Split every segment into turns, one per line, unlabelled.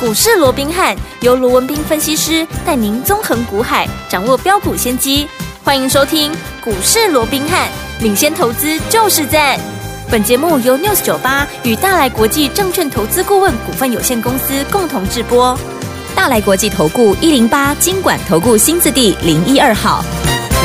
股市罗宾汉由罗文斌分析师带您纵横股海，掌握标股先机。欢迎收听股市罗宾汉，领先投资就是赞。本节目由 News 九八与大来国际证券投资顾问股份有限公司共同制播。大来国际投顾一零八金管投顾新字第零一二号。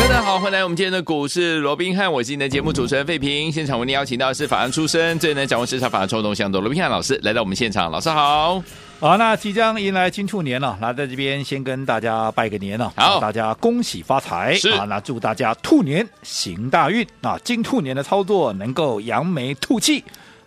大家好，欢迎来我们今天的股市罗宾汉，我是今天的节目主持人费平。现场为您邀请到的是法案出身、最能掌握市场法案冲动向的罗宾汉老师来到我们现场，老师好。
好，那即将迎来金兔年了，那在这边先跟大家拜个年了，
好
大家恭喜发财
是
啊！那祝大家兔年行大运啊！金兔年的操作能够扬眉吐气，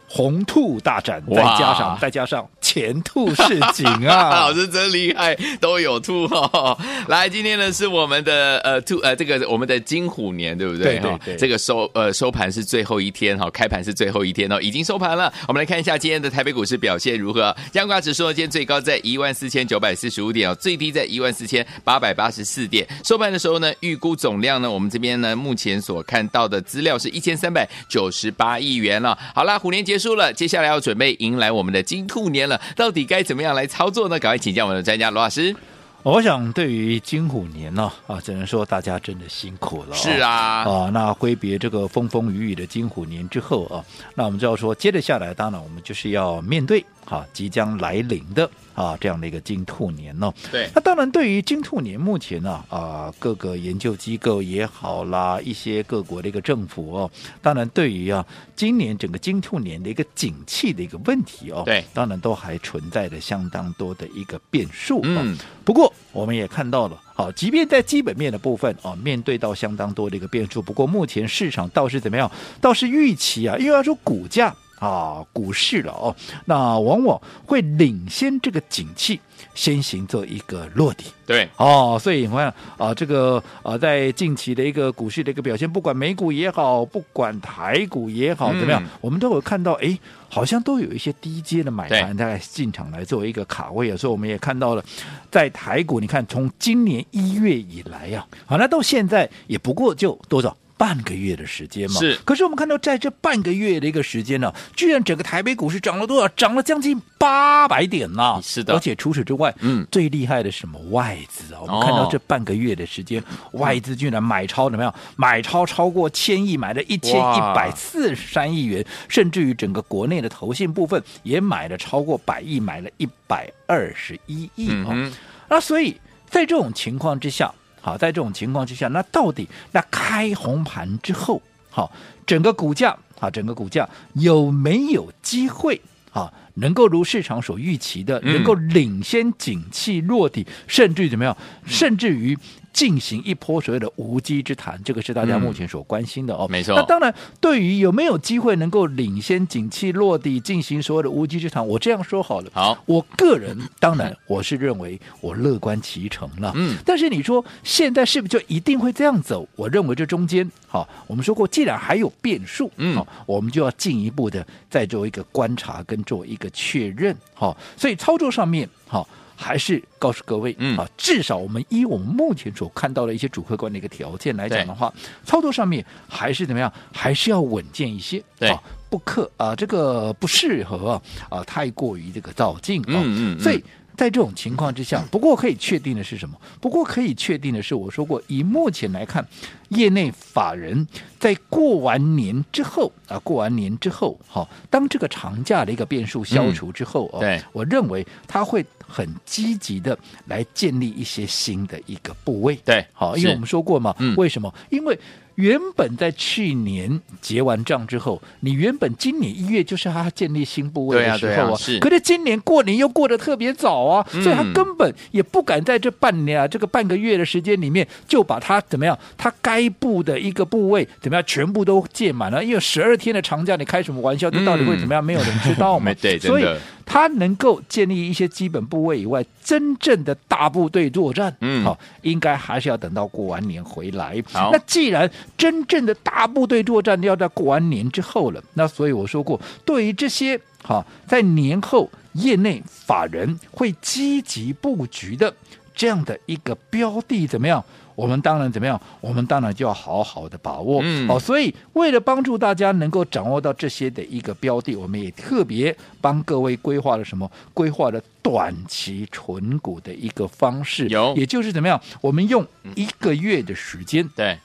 红兔大展，
哇
再加上再加上前兔似锦啊
老！师真厉害，都有兔哦。 来，今天呢是我们的呃兔呃这个我们的金虎年，对不对？
对对对
这个收呃收盘是最后一天哈、开盘是最后一天哦，已经收盘了。我们来看一下今天的台北股市表现如何。央挂指数呢今天最高在一万四千九百四十五点哦，最低在一万四千八百八十四点。收盘的时候呢，预估总量呢，我们这边呢目前所看到的资料是一千三百九十八亿元了、好啦，虎年结束了，接下来要准备迎来我们的金兔年了，到底该怎么样来操作呢？赶快请教我们的专家罗老师。
我想对于金虎年呢、啊，只能说大家真的辛苦了、
是。啊，
啊，那挥别这个风风雨雨的金虎年之后啊，那我们就要说，接着下来，当然我们就是要面对啊即将来临的啊这样的一个金兔年哦。
对
那当然，对于金兔年目前呢啊各个研究机构也好啦，一些各国的一个政府哦，当然对于啊今年整个金兔年的一个景气的一个问题哦，
对
当然都还存在着相当多的一个变数、哦。
嗯，
不过我们也看到了，好，即便在基本面的部分啊，面对到相当多的一个变数，不过目前市场倒是怎么样？倒是预期啊，因为要说股价。啊，股市了哦，那往往会领先这个景气，先行做一个落底。
对，
哦，所以你看啊，这个啊，在近期的一个股市的一个表现，不管美股也好，不管台股也好，
嗯
怎么样，我们都有看到，哎，好像都有一些低阶的买盘在进场来作为一个卡位啊，所以我们也看到了，在台股，你看从今年一月以来呀、啊，好，那到现在也不过就多少。半个月的时间嘛，
是
可是我们看到，在这半个月的一个时间呢、居然整个台北股市涨了多少？涨了将近八百点呐、
是的
而且除此之外，
嗯
最厉害的是什么外资啊？我
哦
们看到这半个月的时间，外资居然买超怎么样？买超超过千亿，买了一千一
哇
百四十三亿元，甚至于整个国内的投信部分也买了超过百亿，买了一百二十一亿
嗯
啊、哦
哼，
那所以在这种情况之下，好，在这种情况之下，那到底那开红盘之后，好，整个股价啊，整个股价有没有机会啊，能够如市场所预期的，
嗯
能够领先景气落底，甚至于怎么样，
嗯
甚至于。进行一波所谓的无稽之谈，这个是大家
嗯
目前所关心的哦。
没错
那当然，对于有没有机会能够领先景气落地，进行所有的无稽之谈，我这样说好了。
好，
我个人当然我是认为我乐观其成了，
嗯
但是你说现在是不是就一定会这样走？我认为这中间，好，我们说过，既然还有变数，
嗯
好，我们就要进一步的再做一个观察跟做一个确认，好，所以操作上面，好。还是告诉各位，
嗯
啊，至少我们依我们目前所看到的一些主客观的一个条件来讲的话，操作上面还是怎么样，还是要稳健一些，
对
啊不可啊、这个不适合啊、啊太过于这个造进啊、
嗯嗯嗯
所以。在这种情况之下，不过可以确定的是什么？不过可以确定的是，我说过，以目前来看，业内法人在过完年之后啊，过完年之后，好、当这个长假的一个变数消除之后、哦，
对
我认为他会很积极的来建立一些新的一个部位。
对
好，因为
是
我们说过嘛，
嗯
为什么？因为原本在去年结完账之后，你原本今年一月就是他建立新部位
对啊
的时
对啊
候啊，
是
可是今年过年又过得特别早啊，
嗯
所以他根本也不敢在这半年啊，这个半个月的时间里面就把他怎么样，他该布的一个部位怎么样，全部都建满了，因为十二天的长假，你开什么玩笑？这到底会怎么样？没有人知道嘛
没。对真的
所以他能够建立一些基本部位以外，真正的大部队作战，
嗯
好、哦应该还是要等到过完年回来。
好
那既然真正的大部队作战要在过完年之后了，那所以我说过，对于这些好、在年后业内法人会积极布局的这样的一个标的怎么样？我们当然怎么样？我们当然就要好好的把握。
嗯
好，哦所以为了帮助大家能够掌握到这些的一个标的，我们也特别帮各位规划了什么？规划了短期存股的一个方式，
有
也就是怎么样？我们用一个月的时间，
对，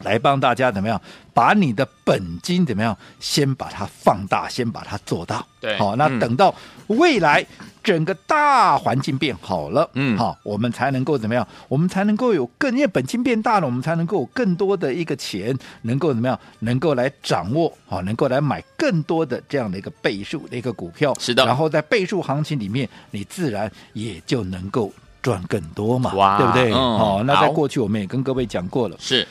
来帮大家怎么样把你的本金怎么样先把它放大，先把它做大。
对
好，那
嗯
等到未来整个大环境变好了，
嗯
好，我们才能够怎么样？我们才能够有更，因为本金变大了，我们才能够有更多的一个钱，能够怎么样？能够来掌握，好，能够来买更多的这样的一个倍数的一个股票。
是的
然后在倍数行情里面，你自然也就能够赚更多嘛，
哇
对不对？
嗯
哦，那在
好
过去我们也跟各位讲过了。
是，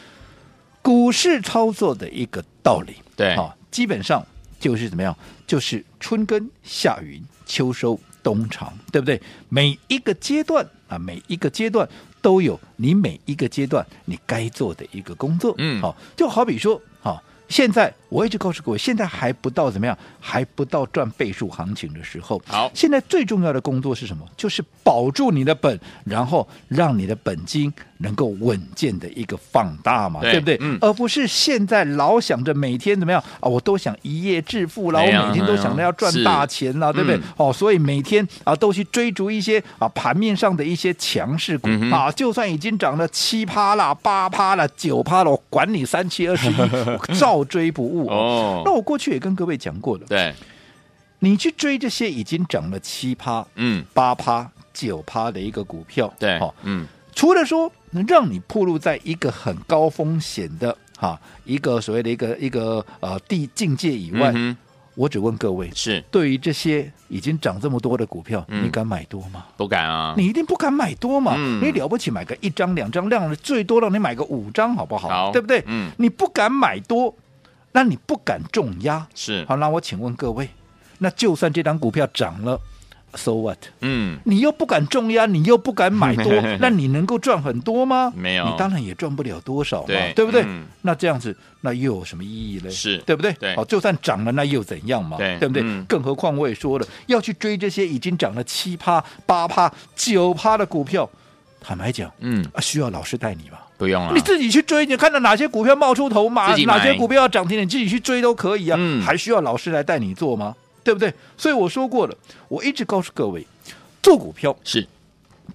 股市操作的一个道理，
对
啊，基本上就是怎么样，就是春耕、夏耘、秋收、冬藏，对不对？每一个阶段啊，每一个阶段都有你每一个阶段你该做的一个工作，
嗯
好、就好比说，好、现在我一直告诉各位，现在还不到怎么样，还不到赚倍数行情的时候。
好
现在最重要的工作是什么？就是保住你的本，然后让你的本金能够稳健的一个放大嘛，
对
不啊对？
嗯
而不是现在老想着每天怎么样啊，我都想一夜致富啦，
哎
我
呀
每天都想着要赚
哎呀
大钱啦，
是
对不对
嗯？
哦，所以每天啊都去追逐一些啊盘面上的一些强势股、
嗯哼
啊，就算已经涨了七趴啦、八趴啦、九趴了，我管你三七二十 一，我照追不误
哦
那我过去也跟各位讲过了，
对，
你去追这些已经涨了七趴、
嗯，
八趴、九趴的一个股票，哦
对
好、，
嗯，
除了说能让你暴露在一个很高风险的哈、一个所谓的一个一个呃地境界以外，
嗯哼
我只问各位，
是
对于这些已经涨这么多的股票，
嗯
你敢买多吗？
不敢啊，
你一定不敢买多嘛，
嗯
你了不起买个一张两张，让最多让你买个五张，好不好？
好
对不对？
嗯
你不敢买多，那你不敢重压。
是，
好，那我请问各位，那就算这张股票涨了，so what？
嗯，，
你又不敢重压，你又不敢买多 那你能够赚很多吗？
没有
你当然也赚不了多少嘛，
对
不对、
嗯
那这样子，那又有什么意义嘞？
是
对不对？
对
好，就算涨了，那又怎样嘛？
对
不对、
嗯
更何况我也说了，要去追这些已经涨了七趴、八趴、九趴的股票，坦白讲，
嗯，
啊，需要老师带你吗？
不用了
你，自己去追，你看到哪些股票冒出头
啊自
嘛，
己买
哪些股票要涨停，你自己去追都可以啊，
嗯
还需要老师来带你做吗？对不对？所以我说过了，我一直告诉各位，做股票
是，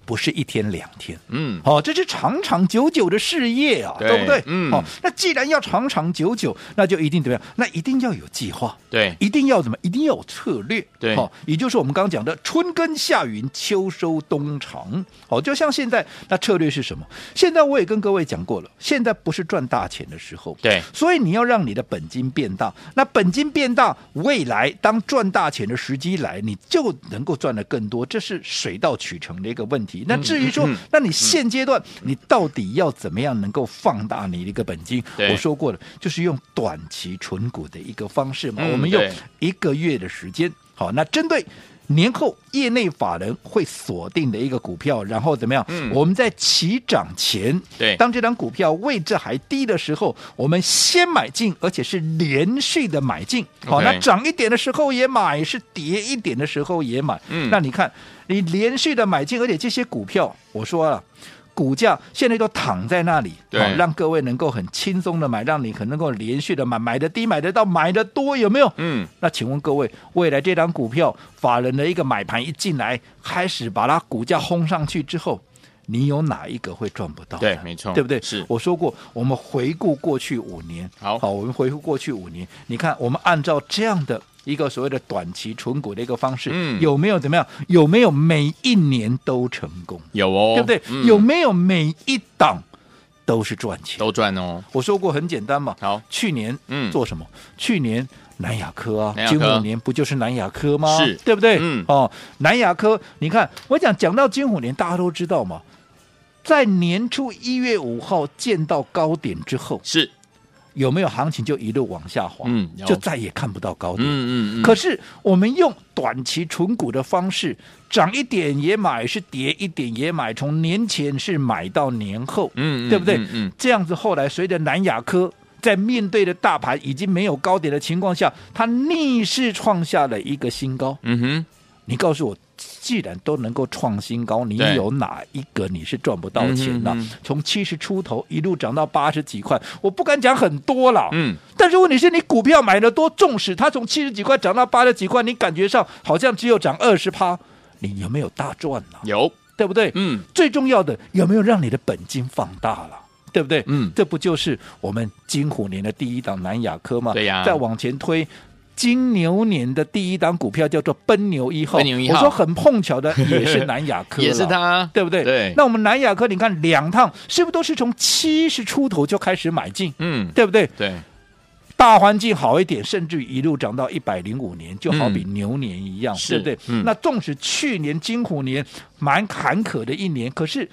不是一天两天。
嗯，
哦，这是长长久久的事业啊，
对
对不对？
嗯
哦，那既然要长长久久，那就一定怎么样？那一定要有计划，
对，
一定要怎么？一定要有策略，
对
好、也就是我们刚刚讲的春耕夏耘，秋收冬藏，哦，就像现在，那策略是什么？现在我也跟各位讲过了，现在不是赚大钱的时候，
对
所以你要让你的本金变大，那本金变大，未来当赚大钱的时机来，你就能够赚得更多，这是水到渠成的一个问题。那至于说，
嗯嗯
那你现阶段、你到底要怎么样能够放大你的一个本金？
对
我说过了，就是用短期存股的一个方式嘛。
嗯
我们用
对
一个月的时间。好，那针对年后业内法人会锁定的一个股票，然后怎么样？
嗯
我们在起涨前，
对
当这张股票位置还低的时候，我们先买进，而且是连续的买进。好，
OK
那涨一点的时候也买，是跌一点的时候也买。
嗯
那你看，你连续的买进，而且这些股票，我说了。股价现在都躺在那里，
对
好让各位能够很轻松的买，让你可能够连续的买，买的低，买得到，买的多，有没有？
嗯，
那请问各位，未来这档股票法人的一个买盘一进来，开始把它股价轰上去之后，你有哪一个会赚不到？
对，，没错，
对不对？
是，
我说过，我们回顾过去五年，
好
好，我们回顾过去五年，你看，我们按照这样的。一个所谓的短期存股的一个方式，
嗯
有没有怎么样？有没有每一年都成功？
有哦，
对不对？
嗯
有没有每一档都是赚钱？
都赚哦，
我说过很简单嘛。
好
去年
嗯
做什么？去年南亚科啊
南，亚科
金虎年不就是南亚科吗？
是
对不对？
嗯
哦，南亚科，你看我讲讲到金虎年，大家都知道嘛，在年初一月五号见到高点之后，
是，
有没有行情就一路往下滑？
嗯有
就再也看不到高点。
嗯嗯嗯，
可是我们用短期存股的方式，涨一点也买，是跌一点也买，从年前是买到年后，
嗯，嗯
对不对？
嗯嗯，
这样子后来随着南亚科。在面对的大盘已经没有高点的情况下，它逆势创下了一个新高。
嗯哼，
你告诉我，既然都能够创新高，你
对
有哪一个你是赚不到钱的？
嗯哼嗯
从七十出头一路涨到八十几块，我不敢讲很多啦，
嗯，
但是问题是你股票买的多，纵使它从七十几块涨到八十几块，你感觉上好像只有涨二十趴，你有没有大赚呢、
有，
对不对？
嗯，
最重要的有没有让你的本金放大了？对不对？
嗯
这不就是我们金虎年的第一档南亚科吗？
对呀
再往前推，金牛年的第一档股票叫做奔牛一号。
奔牛一号
我说很碰巧的也是南亚 科，
也是，他，
对不对？
对
那我们南亚科，你看两趟是不是都是从七十出头就开始买进？
嗯，
对不对？
对，
大环境好一点，甚至一路涨到一百零五年，就好比牛年一样，
是
对不对？
嗯
那纵使去年金虎年蛮坎坷的一年，可是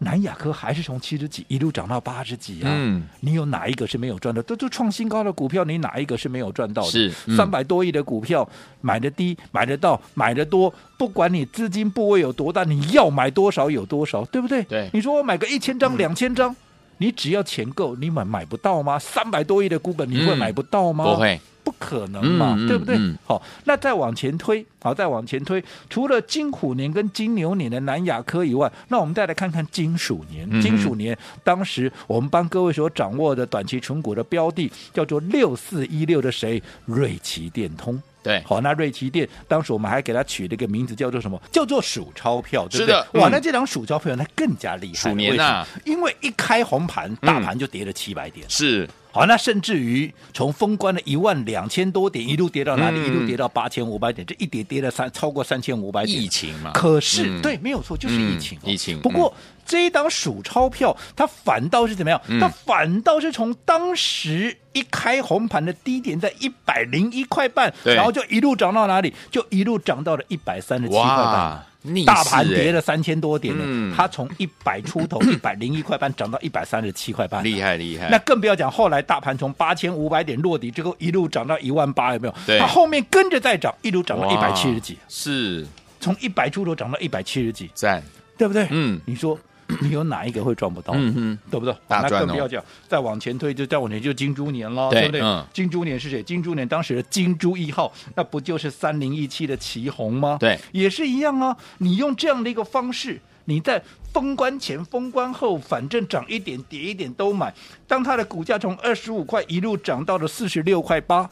南亚科还是从七十几一路涨到八十几啊。
嗯，
你有哪一个是没有赚到？这都创新高的股票，你哪一个是没有赚到的？
是嗯
三百、多亿的股票，买的低，买得到，买得多，不管你资金部位有多大，你要买多少有多少，对不对？
对嗯
你说我买个一千张、两千张，你只要钱够，你买买不到吗？三百多亿的股本，你会
嗯
买不到吗？
不，会，
不可能嘛，
嗯嗯
对不对？
嗯
好，那再往前推，好，再往前推，除了金虎年跟金牛年的南亚科以外，那我们再来看看金鼠年。
嗯哼
金鼠年当时我们帮各位所掌握的短期存股的标的叫做六四一六的谁？瑞奇电通。
对，
好，那瑞奇电当时我们还给它取了一个名字，叫做什么？叫做数钞票，对不对？
是的
哇，
嗯
那这张数钞票那更加厉害
鼠
了，
年啊嗯呐
为什么因为一开红盘，大盘就跌了七百点。
是，
好，那甚至于从封关的一万两千多点一路跌到哪里？
嗯
一路跌到八千五百点，这一跌跌了三超过三千五百
疫
点。
情嘛，
可是、
嗯
对，没有错，就是疫情哦、
嗯疫情
不过、这一档数钞票，它反倒是怎么样？
嗯
它反倒是从当时一开红盘的低点在一百零一块半，
对
然后就一路涨到哪里？就一路涨到了一百三十七块半。
哇，逆势
大盘跌
欸
了三千多点呢、
嗯
它从一百出 头一百零一块半涨到一百三十七块半，
厉害厉害，
那更不要讲后来大盘从八千五百点落底之后，一路涨到一万八，有没有？
对
它后面跟着再涨，一路涨到一百
哇
七十几，
是
从一百出头涨到一百七十几，
赞，
对不对？
嗯
你说你有哪一个会赚不到？
嗯哼，
对不对？
大
那
赚哦
更不要讲，再往前推就再往前就金猪年了，
对
不对？
嗯
金猪年是谁？金猪年当时的金猪一号，那不就是三零一七的旗红吗？
对
也是一样啊。你用这样的一个方式，你在封关前、封关后，反正涨一点、跌一点都买。当它的股价从二十五块一路涨到了四十六块八，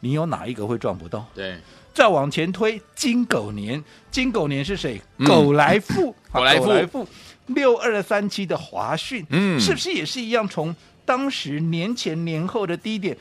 你有哪一个会赚不到？
对，
再往前推，金狗年，金狗年是谁？
嗯
狗来富，啊
狗来富
六二三七的华讯，
嗯
是不是也是一样？从当时年前年后的低点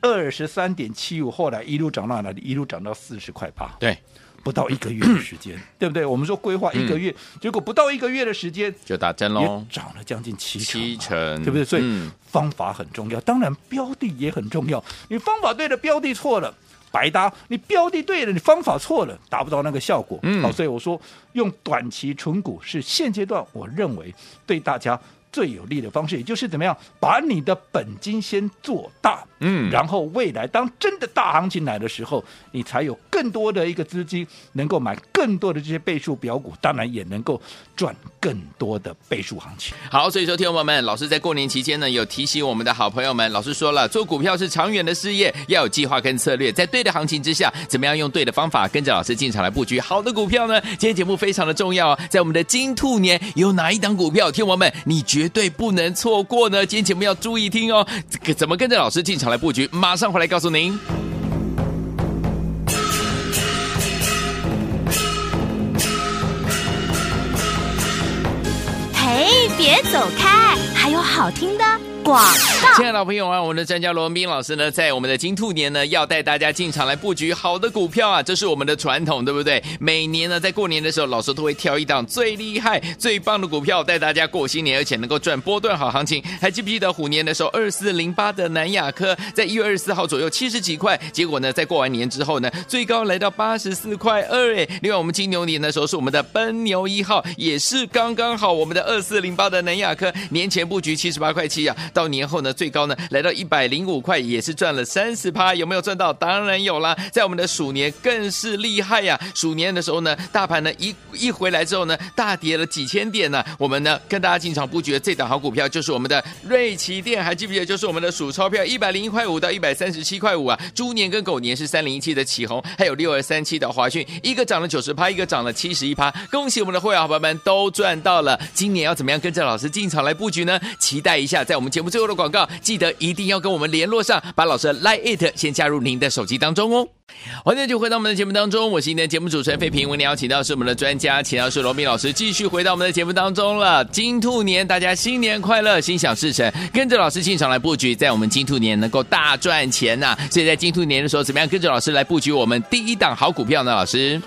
二十三点七五，后来一路涨到哪里？一路涨到四十块八，
对，
不到一个月的 时间，对不对？我们说规划一个月，
嗯
结果不到一个月的时间，
就打针
也
喽，
涨了将近七成啊、
哦七成，
对不对？所以
嗯
方法很重要，当然标的也很重要。你方法对了，标的错了。白搭，你标的对了，你方法错了，达不到那个效果。
嗯
好、所以我说用短期存股是现阶段我认为对大家最有利的方式，也就是怎么样把你的本金先做大，
嗯
然后未来当真的大行情来的时候，你才有更多的一个资金能够买更多的这些倍数表股，当然也能够赚更多的倍数行情。
好，所以说，听众朋友们，老师在过年期间呢，有提醒我们的好朋友们，老师说了，做股票是长远的事业，要有计划跟策略，在对的行情之下，怎么样用对的方法，跟着老师进场来布局好的股票呢？今天节目非常的重要啊，在我们的金兔年有哪一档股票，听众朋友们，你绝对不能错过呢？今天节目要注意听哦，这个怎么跟着老师进场来布局？马上回来告诉您。
嘿，别走开，还有好听的广告。
亲爱的朋友啊，我们的专家罗文斌老师呢，在我们的金兔年呢，要带大家进场来布局好的股票啊，这是我们的传统，对不对？每年呢，在过年的时候，老师都会挑一档最厉害、最棒的股票带大家过新年，而且能够赚波段好行情。还记不记得虎年的时候，二四零八的南亚科在一月二十四号左右七十几块，结果呢，在过完年之后呢，最高来到八十四块二哎。另外，我们金牛年的时候是我们的奔牛一号，也是刚刚好我们的二四零八的南亚科年前布局七十八块七啊，到年后呢，最高呢来到一百零五块，也是赚了三十趴，有没有赚到？当然有啦，在我们的鼠年更是厉害呀、鼠年的时候呢，大盘呢一一回来之后呢，大跌了几千点呢、我们呢跟大家进场布局的这档好股票就是我们的瑞奇店，还记不记得？就是我们的鼠钞票一百零一块五到一百三十七块五啊，猪年跟狗年是三零一七的起红，还有六二三七的华讯，一个涨了九十趴，一个涨了七十一趴。恭喜我们的会员好朋友们都赚到了。今年要怎么样跟着老师进场来布局呢？期待一下，在我们节目最后的广告，记得一定要跟我们联络上，把老师的 Line It 先加入您的手机当中哦。欢迎就回到我们的节目当中，我是您的节目主持人费平。为您邀请到是我们的专家，请到是罗斌老师，继续回到我们的节目当中了。金兔年，大家新年快乐，心想事成，跟着老师进场来布局，在我们金兔年能够大赚钱呐、所以在金兔年的时候，怎么样跟着老师来布局我们第一档好股票呢？老师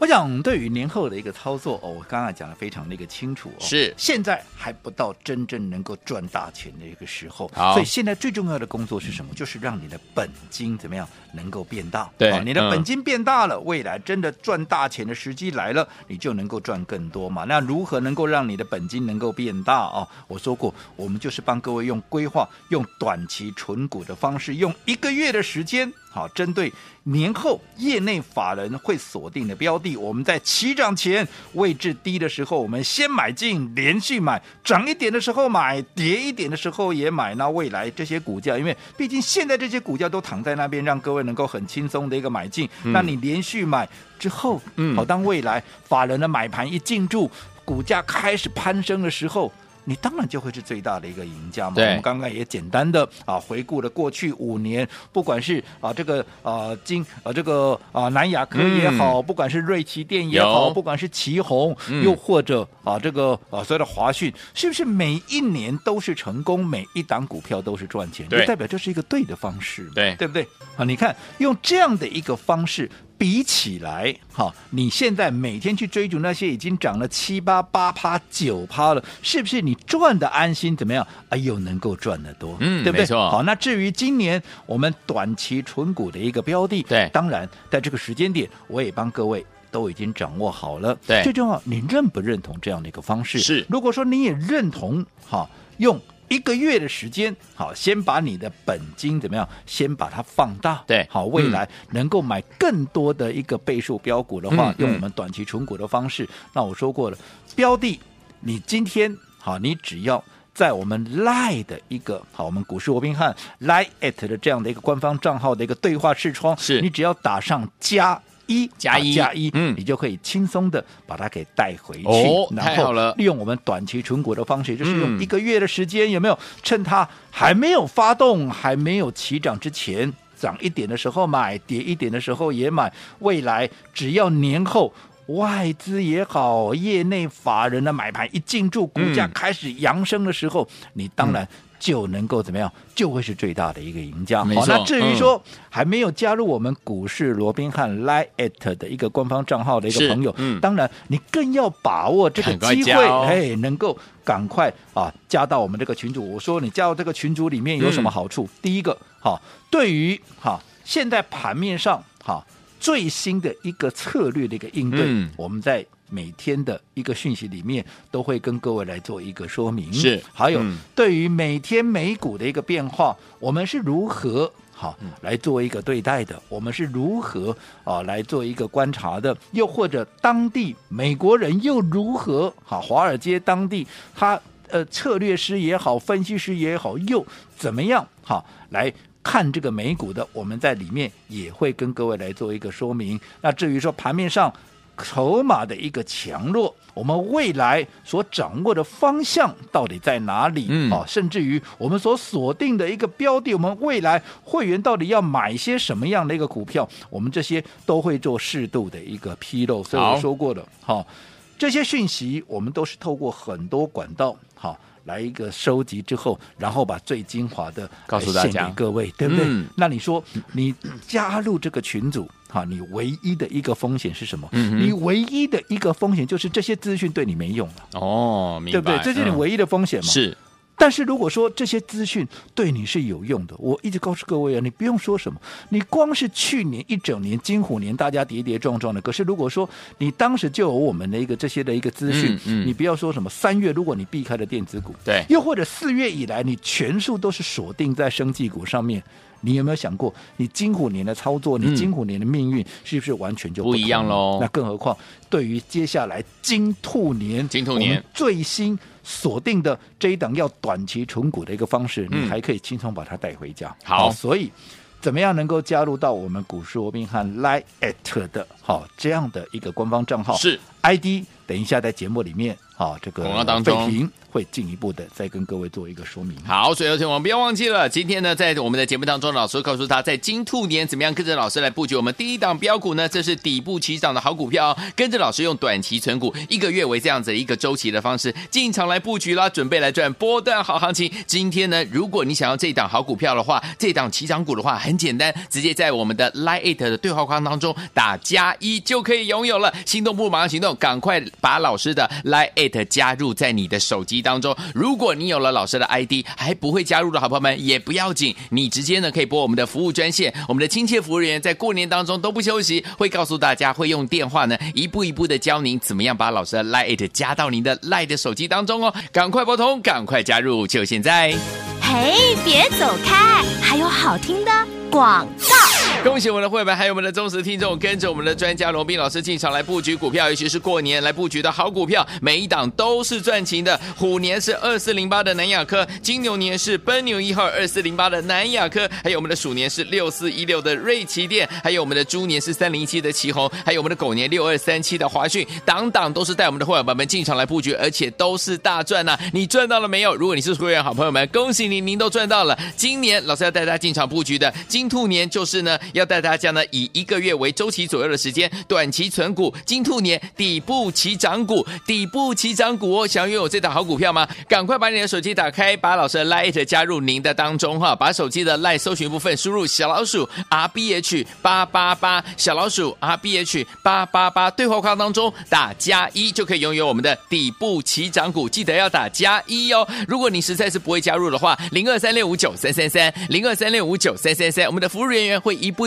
我想对于年后的一个操作哦，我刚才讲的非常的一个清楚哦，
是
现在还不到真正能够赚大钱的一个时候，
好嗯
所以现在最重要的工作是什么？就是让你的本金怎么样能够变大，
对
哦你的
嗯
本金变大了，未来真的赚大钱的时机来了，你就能够赚更多嘛。那如何能够让你的本金能够变大哦？我说过，我们就是帮各位用规划、用短期存股的方式，用一个月的时间。好，针对年后业内法人会锁定的标的，我们在起涨前位置低的时候，我们先买进，连续买，涨一点的时候买，跌一点的时候也买。那未来这些股价，因为毕竟现在这些股价都躺在那边，让各位能够很轻松的一个买进。那你连续买之后，
嗯
好，当未来法人的买盘一进驻，股价开始攀升的时候。你当然就会是最大的一个赢家嘛。
对
我们刚刚也简单的啊回顾了过去五年，不管是啊这个啊金啊这个啊南亚科也好，不管是瑞奇电也
嗯
好，
有
不管是旗宏，
嗯
又或者啊这个啊所谓的华讯，是不是每一年都是成功，每一档股票都是赚钱？
对
就代表这是一个对的方式嘛，
对
对不对？啊，你看用这样的一个方式。比起来，哈，你现在每天去追逐那些已经涨了七八八趴、九趴了，是不是你赚的安心？怎么样？哎呦，能够赚得多，
嗯
对不对？
没错
好，那至于今年我们短期存股的一个标的，
对
当然在这个时间点，我也帮各位。都已经掌握好了，
对
最重要你认不认同这样的一个方式？
是
如果说你也认同，哈，用一个月的时间，好，先把你的本金怎么样，先把它放大，
对嗯
好，未来能够买更多的一个倍数标股的话，
嗯嗯
用我们短期存股的方式，那我说过了，标的你今天好，你只要。在我们赖的一个好，我们股市罗宾汉 Lie at 的这样的一个官方账号的一个对话视窗，
是
你只要打上加一
加一
啊加一，
嗯
你就可以轻松的把它给带回去，
哦
然
太好
后
了
利用我们短期存股的方式，也就是
嗯
用一个月的时间，有没有趁它还没有发动、还没有起涨之前，涨一点的时候买，跌一点的时候也买。未来只要年后。外资也好，业内法人的买盘一进驻，股价
嗯
开始扬升的时候，你当然就能够怎么样，就会是最大的一个赢家。
嗯没
好，那
错
至于说、还没有加入我们股市罗宾汉 Line at 的一个官方账号的一
是
个朋友，
嗯
当然你更要把握这个
赶快
机会，
加哦
哎，能够赶快啊加到我们这个群组。我说你加到这个群组里面有什
嗯
么好处？第一个，哈、对于哈、现在盘面上哈、最新的一个策略的一个应对，
嗯
我们在。每天的一个讯息里面都会跟各位来做一个说明，
是
还有、
嗯
对于每天美股的一个变化，我们是如何好来做一个对待的？我们是如何啊来做一个观察的？又或者当地美国人又如何好？华尔街当地他呃策略师也好，分析师也好，又怎么样好来？看这个美股的，我们在里面也会跟各位来做一个说明。那至于说盘面上筹码的一个强弱，我们未来所掌握的方向到底在哪里？
嗯
哦，甚至于我们所锁定的一个标的，我们未来会员到底要买些什么样的一个股票，我们这些都会做适度的一个披露。所以
好
我说过的，好、这些讯息我们都是透过很多管道，好、来一个收集之后，然后把最精华的
告诉大家
呃献给各位，对不对？
嗯
那你说你加入这个群组，哈，你唯一的一个风险是什么？
嗯哼
你唯一的一个风险就是这些资讯对你没用了，
哦，明
对
白，
不对？这是你
嗯
唯一的风险嘛？
是
但是如果说这些资讯对你是有用的，我一直告诉各位啊，你不用说什么，你光是去年一整年金虎年大家跌跌撞撞的，可是如果说你当时就有我们的一个这些的一个资讯，
嗯嗯
你不要说什么三月，如果你避开了电子股，
对
又或者四月以来你全数都是锁定在生技股上面。你有没有想过，你金虎年的操作，
嗯
你金虎年的命运是不是完全就
不
不
一
同
样
了
喽
那更何况，对于接下来金兔年，
金兔
我们
年
最新锁定的这一档要短期存股的一个方式，
嗯
你还可以轻松把它带回家。
好
所以。怎么样能够加入到我们股市罗宾汉 Line at 的好这样的一个官方账号？
是
ID，等一下在节目里面啊这个
广告当
费
中
平会进一步的再跟各位做一个说明。
好，所以有请我们不要忘记了，今天呢，在我们的节目当中，老师告诉他在金兔年怎么样跟着老师来布局我们第一档标股呢，这是底部起涨的好股票、哦，跟着老师用短期存股一个月为这样子一个周期的方式进场来布局啦，准备来赚波段好行情。今天呢，如果你想要这档好股票的话，这档起涨股的话，很简单，直接在我们的 Line It 的对话框当中打加一就可以拥有了。心动不如马上行动，赶快把老师的 Line It 加入在你的手机当中。如果你有了老师的 ID 还不会加入的好朋友们，也不要紧，你直接呢可以拨我们的服务专线，我们的亲切服务人员在过年当中都不休息，会告诉大家会用电话呢一步一步的教您怎么样把老师的 Line It 加到您的 Line 的手机当中哦。赶快拨通，赶快加入，就现在。
嘿，别走开，还有好听的广告。
恭喜我们的会员，还有我们的忠实听众，跟着我们的专家罗斌老师进场来布局股票，尤其是过年来布局的好股票，每一档都是赚钱的。虎年是二四零八的南亚科，金牛年是奔牛一号二四零八的南亚科，还有我们的鼠年是六四一六的瑞奇店，还有我们的猪年是三零一七的旗宏，还有我们的狗年六二三七的华讯，档档都是带我们的会员们进场来布局，而且都是大赚呐、啊你赚到了没有？如果你是会员好朋友们，恭喜您，您都赚到了。今年老师要带大家进场布局的金兔年，就是呢要带大家呢以一个月为周期左右的时间，短期存股，金兔年底部起涨股，底部起涨股哦。想要拥有这档好股票吗？赶快把你的手机打开，把老师的 Lite 加入您的当中哦哈，把手机的 Lite 搜寻部分输入小老鼠 R B H 八八八，小老鼠 R B H 八八八，对话框当中打加一就可以拥有我们的底部起涨股，记得要打加一哦。如果你实在是不会加入的话，零二三六五九三三三，零二三六五九三三三，我们的服务人员会一步